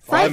Five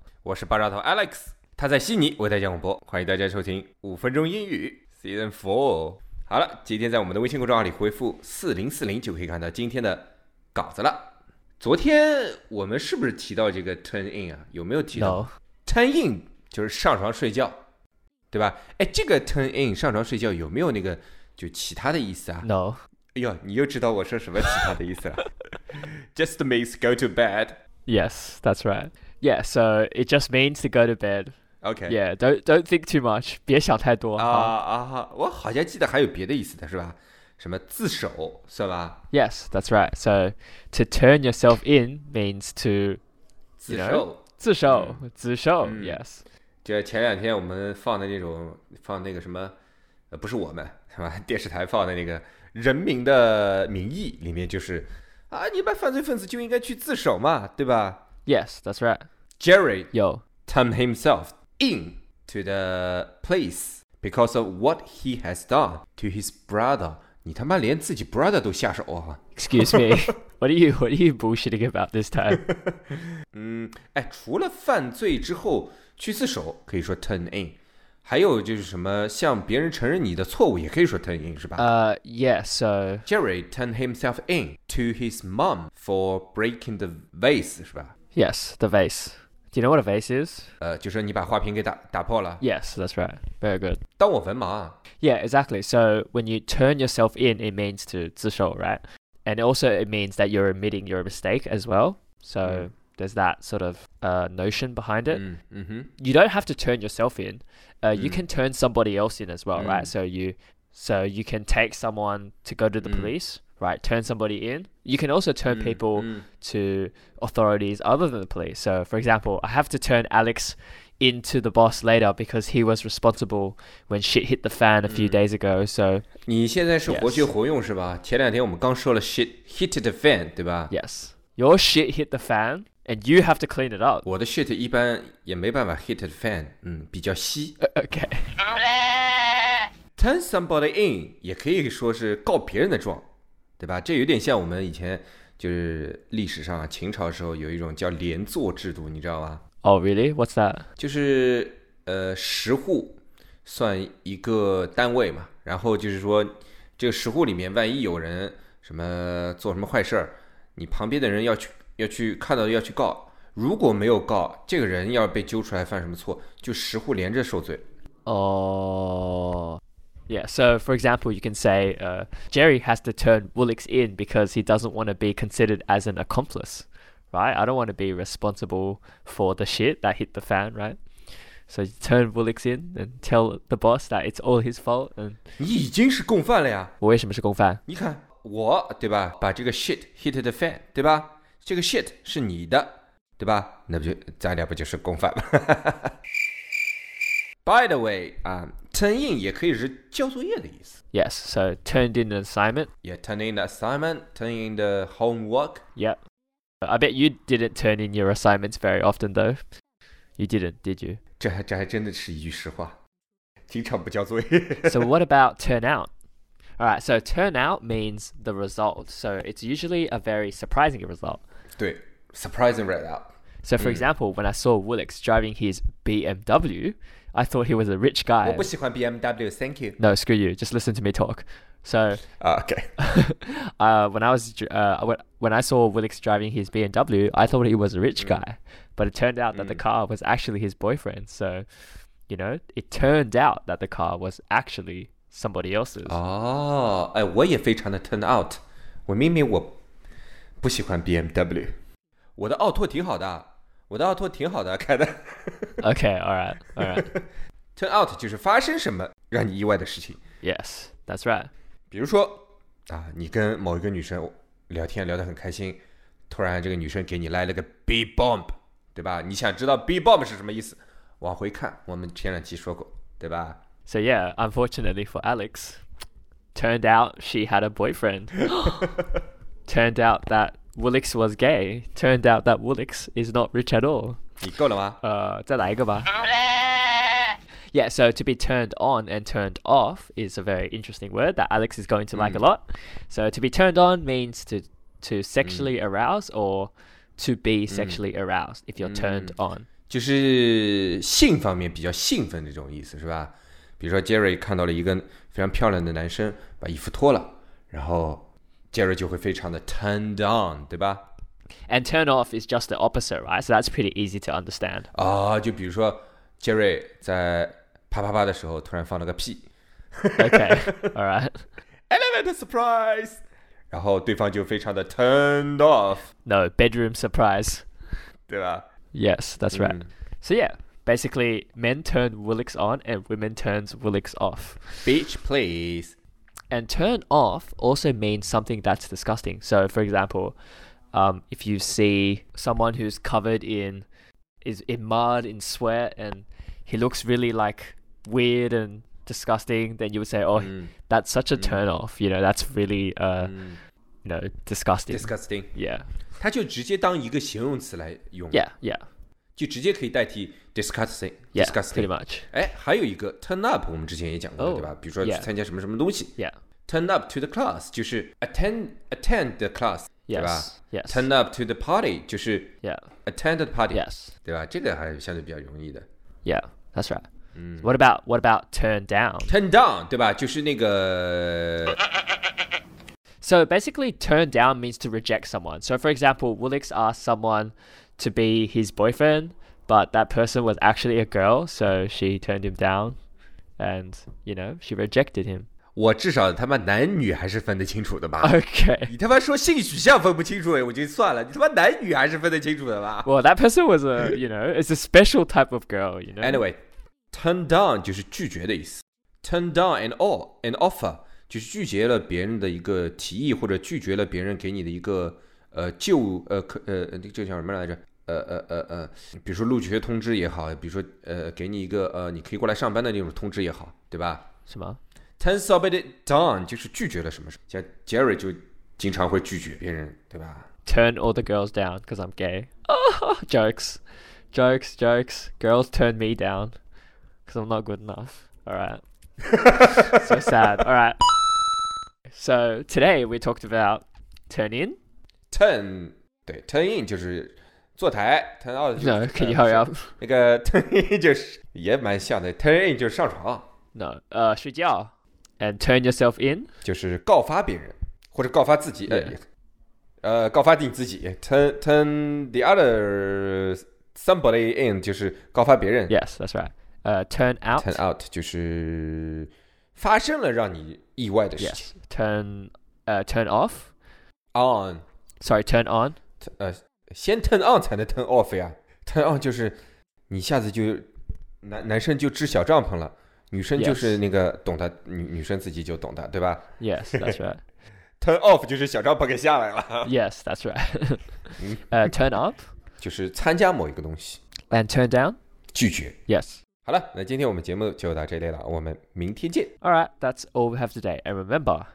我是爆炸头 Alex，他在悉尼为大家广播，欢迎大家收听五分钟英语 Season Four。好了，今天在我们的微信公众号里回复四零四零就可以看到今天的稿子了。昨天我们是不是提到这个 turn in 啊？有没有提到 no， turn in 就是上床睡觉，对吧？哎，这个 turn in 上床睡觉有没有那个就其他的意思啊？ no，哎呦，你又知道我说什么其他的意思了 ？Just means go to bed. yes, that's right. Yeah, so it just means to go to bed. OK. Yeah, don't don't think too much. 别想太多啊啊。啊！我好像记得还有别的意思的是吧？什么自首算吧？ Yes, that's right. So to turn yourself in means to 自 You 首 know？自首，自首。嗯 Yes. 就是前两天我们放的那种放那个什么，呃，不是我们是吧？ 电视台放的那个《人民的名义》里面就是啊，你们犯罪分子就应该去自首嘛，对吧 Yes, that's right. ？Jerry 有 turned himself in to the police because of what he has done to his brother。你他妈连自己 brother 都下手啊！ excuse me. What are you What are you bullshitting about this time? 嗯，哎，除了犯罪之后去自首，可以说 turn in，还有就是什么向别人承认你的错误，也可以说 turn in，是吧？ Uh, yeah. So Jerry turned himself in to his mom for breaking the vase，是吧？ yes, the vase. Do you know what a vase is? 呃，就说你把花瓶给打打破了。 Yes, that's right. Very good. 当我文盲啊， Yeah, exactly. So when you turn yourself in, it means to 自首, right? And also it means that you're admitting your mistake as well. So there's that sort of uh, notion behind it. 嗯嗯哼， You don't have to turn yourself in. Uh, You can turn somebody else in as well, right? Mm. So you so you can take someone to go to the Mm. police, right? Turn somebody in. You can also turn 嗯 people 嗯 to authorities other than the police. So, for example, I have to turn Alex into the boss later because he was responsible when shit hit the fan a few Mm. days ago. So, 你现在是 Yes 活学活用是吧？前两天我们刚说了 shit hit the fan，对吧 yes, your shit hit the fan and you have to clean it up. 我的 shit 一般也没办法 hit the fan，嗯，比较稀。 Okay. turn somebody in 也可以说是告别人的状，对吧？这有点像我们以前就是历史上啊秦朝时候有一种叫连坐制度，你知道吗？ Oh, really? What's that? 就是呃十户算一个单位嘛，然后就是说这个十户里面，万一有人什么做什么坏事儿，你旁边的人要去要去看到要去告，如果没有告，这个人要被揪出来犯什么错，就十户连着受罪。 Oh. Yeah, so for example, you can say uh, Jerry has to turn Woolix in because he doesn't want to be considered as an accomplice, right? I don't want to be responsible for the shit that hit the fan, right? So you turn Woolix in and tell the boss that it's all his fault. And 你已经是共犯了呀。我为什么是共犯？你看我对吧？把这个 shit hit the fan 对吧？这个 shit 是你的对吧？那不就咱俩不就是共犯吗 ？By the way 啊、t u r n in 也可以是交作业的意思。 Yes, so turned in an assignment. Yeah, turn in the assignment, turn in the homework. Yep. I bet you didn't turn in your assignments very often, though. You didn't, did you? 这还这还真的是一句实话，经常不交作业。 so what about turnout? All right, so turnout means the result. So it's usually a very surprising result. 对，surprising right out。 So for example, when I saw Woolix driving his BMW, I thought he was a rich 我 guy. 不喜欢 BMW，Thank you。 No, screw you. Just listen to me talk. So 嗯 啊，OK。 uh, when I was dr- uh, when- when I saw Woolix driving his BMW, I thought he was a rich guy, but it turned out that the car was actually his boyfriend. So you know, it turned out that the car was actually somebody else's. Oh. 哦，哎，我也非常的 turn out。我明明我不喜欢 BMW，我的奥拓挺好的，啊我的奥拓挺好的，啊开的。 Okay, all right, all right. turn out 就是发生什么让你意外的事情， yes, that's right. 比如说啊，你跟某一个女生聊天聊得很开心，突然这个女生给你来了个 B bomb，对吧？你想知道 B bomb 是什么意思？往回看，我们前两期说过，对吧？ So yeah, unfortunately for Alex, turned out she had a boyfriend. turned out that Woolix was gay. Turned out that Woolix is not rich at all. 你够了吗？ Uh, 再来一个吧. yeah, so to be turned on and turned off is a very interesting word that Alex is going to like a lot. So to be turned on means to to sexually arouse or to be sexually aroused if you're turned on. 就是性方面比较兴奋这种意思是吧？比如说 Jerry 看到了一个非常漂亮的男生把衣服脱了，然后 Jerry 就会非常的 turned on，对吧？ And turn off is just the opposite, right? So that's pretty easy to understand. 啊，就比如说 Jerry 在啪啪啪的时候突然放了个屁 Okay. all right. ，element surprise，然后对方就非常的 turned off， No, bedroom surprise. 对吧？ Yes, that's right. So yeah, basically men turn Willix on and women turns Willix off. Bitch please， And turn off also means something that's disgusting. So for example, um, if you see someone who's covered in is in mud, in sweat and he looks really like weird and disgusting, then you would say, Oh Mm. that's such a turn off, you know, that's really uh you know, disgusting. disgusting， yeah. 它就直接当一个形容词来用 Yeah, yeah. 就直接可以代替 disgusting，disgusting Yeah, pretty much. 哎，还有一个 turn up，我们之前也讲过的， Oh, 对吧？比如说去 yeah. 参加什么什么东西 Yeah. ，turn up to the class 就是 attend attend the class，对吧 Yes. Yes. ？turn up to the party 就是 Yeah. attend the party， Yes. 对吧？这个还是相对比较容易的。 Yeah, that's right. Mm. What about what about turn down? turn down，对吧？就是那个 So basically, turn down means to reject someone. So for example, Woolix asked someone to be his boyfriend, but that person was actually a girl, so she turned him down, and you know she rejected him. 我至少他妈男女还是分得清楚的吧？ Okay. 你他妈说性取向分不清楚，哎，我就算了，你他妈男女还是分得清楚的吧 Well, that person was a you know it's a special type of girl, you know. Anyway，turn down 就是拒绝的意思，turn down an all an offer 就是拒绝了别人的一个提议或者拒绝了别人给你的一个呃就呃可呃呃这个叫什么来着？呃呃呃呃，比如说录取学通知也好，比如说呃给你一个呃你可以过来上班的那种通知也好，对吧什么？ ？turn somebody down 就是拒绝了什么事，像 Jerry 就经常会拒绝别人，对吧？ turn all the girls down because I'm gay. jokes, jokes, jokes. Girls turn me down because I'm not good enough. All right. so sad. All right. So today we talked about turn in. turn 对 turn in 就是坐台，turn out 就是 No, can you hurry up? 那个 turn in 就是也蛮像的，turn in 就是上床， No. Uh, 睡觉 and turn yourself in. 就是告发别人或者告发自己，呃 Yeah. 呃，告发你自己，turn turn the other somebody in 就是告发别人 Yes, that's right. Uh, turn out. turn out 就是发生了让你意外的事情 Yes. Turn. Uh, turn off. on Sorry, turn on. 呃，先 turn on 才能 turn off 呀。turn on 就是你一下子就男男生就支小帐篷了，女生就 Yes. 是那个懂的，女女生自己就懂的，对吧 Yes, that's right. ？turn off 就是小帐篷给下来了， yes, that's right. uh, turn up 就是参加某一个东西 and turn down. 拒绝。 Yes. 好了，那今天我们节目就到这里了，我们明天见。 All right, that's all we have today. And remember,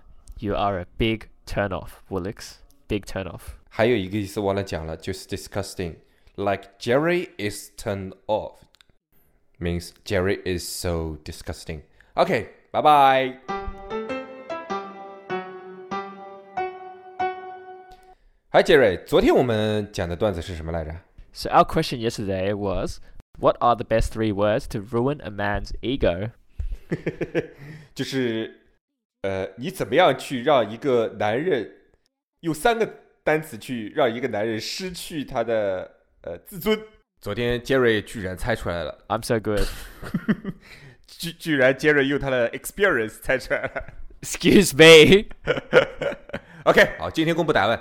you are a big turn off, Woolix. Big turn off. 还有一个意思忘了讲了，就是 disgusting，like Jerry is turned off，means Jerry is so disgusting。OK，拜拜。嗨，Jerry，昨天我们讲的段子是什么来着？ So our question yesterday was, what are the best three words to ruin a man's ego? 就是，呃，你怎么样去让一个男人用三个单词去让一个男人失去他的呃自尊？昨天 Jerry 居然猜出来了。 I'm so good. 居居然 Jerry 用他的 experience 猜出来了。 Excuse me. OK，好，今天公布答案，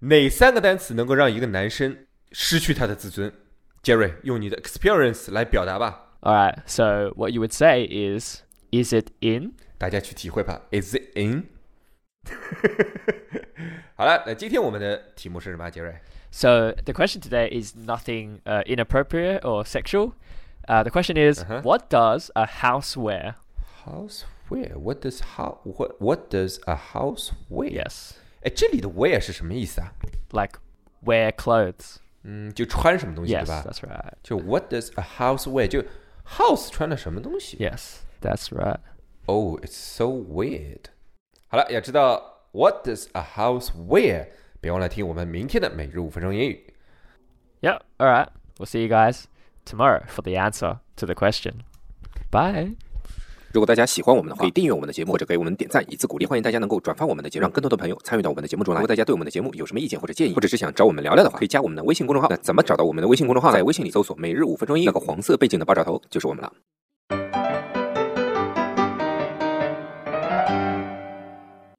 哪三个单词能够让一个男生失去他的自尊？Jerry 用你的 experience 来表达吧， All right. So what you would say is, is it in? 大家去体会吧。Is it in？好了，那今天我们的题目是什么啊？杰瑞 So the question today is nothing uh, inappropriate or sexual. Uh, the question is, Uh-huh. what does a house wear? House wear. What does how what what does a house wear? Yes, 哎，这里的 wear 是什么意思啊？ like wear clothes. 嗯，就穿什么东西 Yes, 对吧？ that's right. 就 What does a house wear？就 house 穿了什么东西 Yes, that's right. Oh, it's so weird. 好了，要知道 What does a house wear？别忘了听我们明天的每日五分钟英语。 Yep. All right. We'll see you guys tomorrow for the answer to the question. Bye. 如果大家喜欢我们的话，可以订阅我们的节目，或者给我们点赞以资鼓励。欢迎大家能够转发我们的节目，让更多的朋友参与到我们的节目中来。如果大家对我们的节目有什么意见或者建议，或者是想找我们聊聊的话，可以加我们的微信公众号。那怎么找到我们的微信公众号？在微信里搜索“每日五分钟英语”，那个黄色背景的爆炸头就是我们了。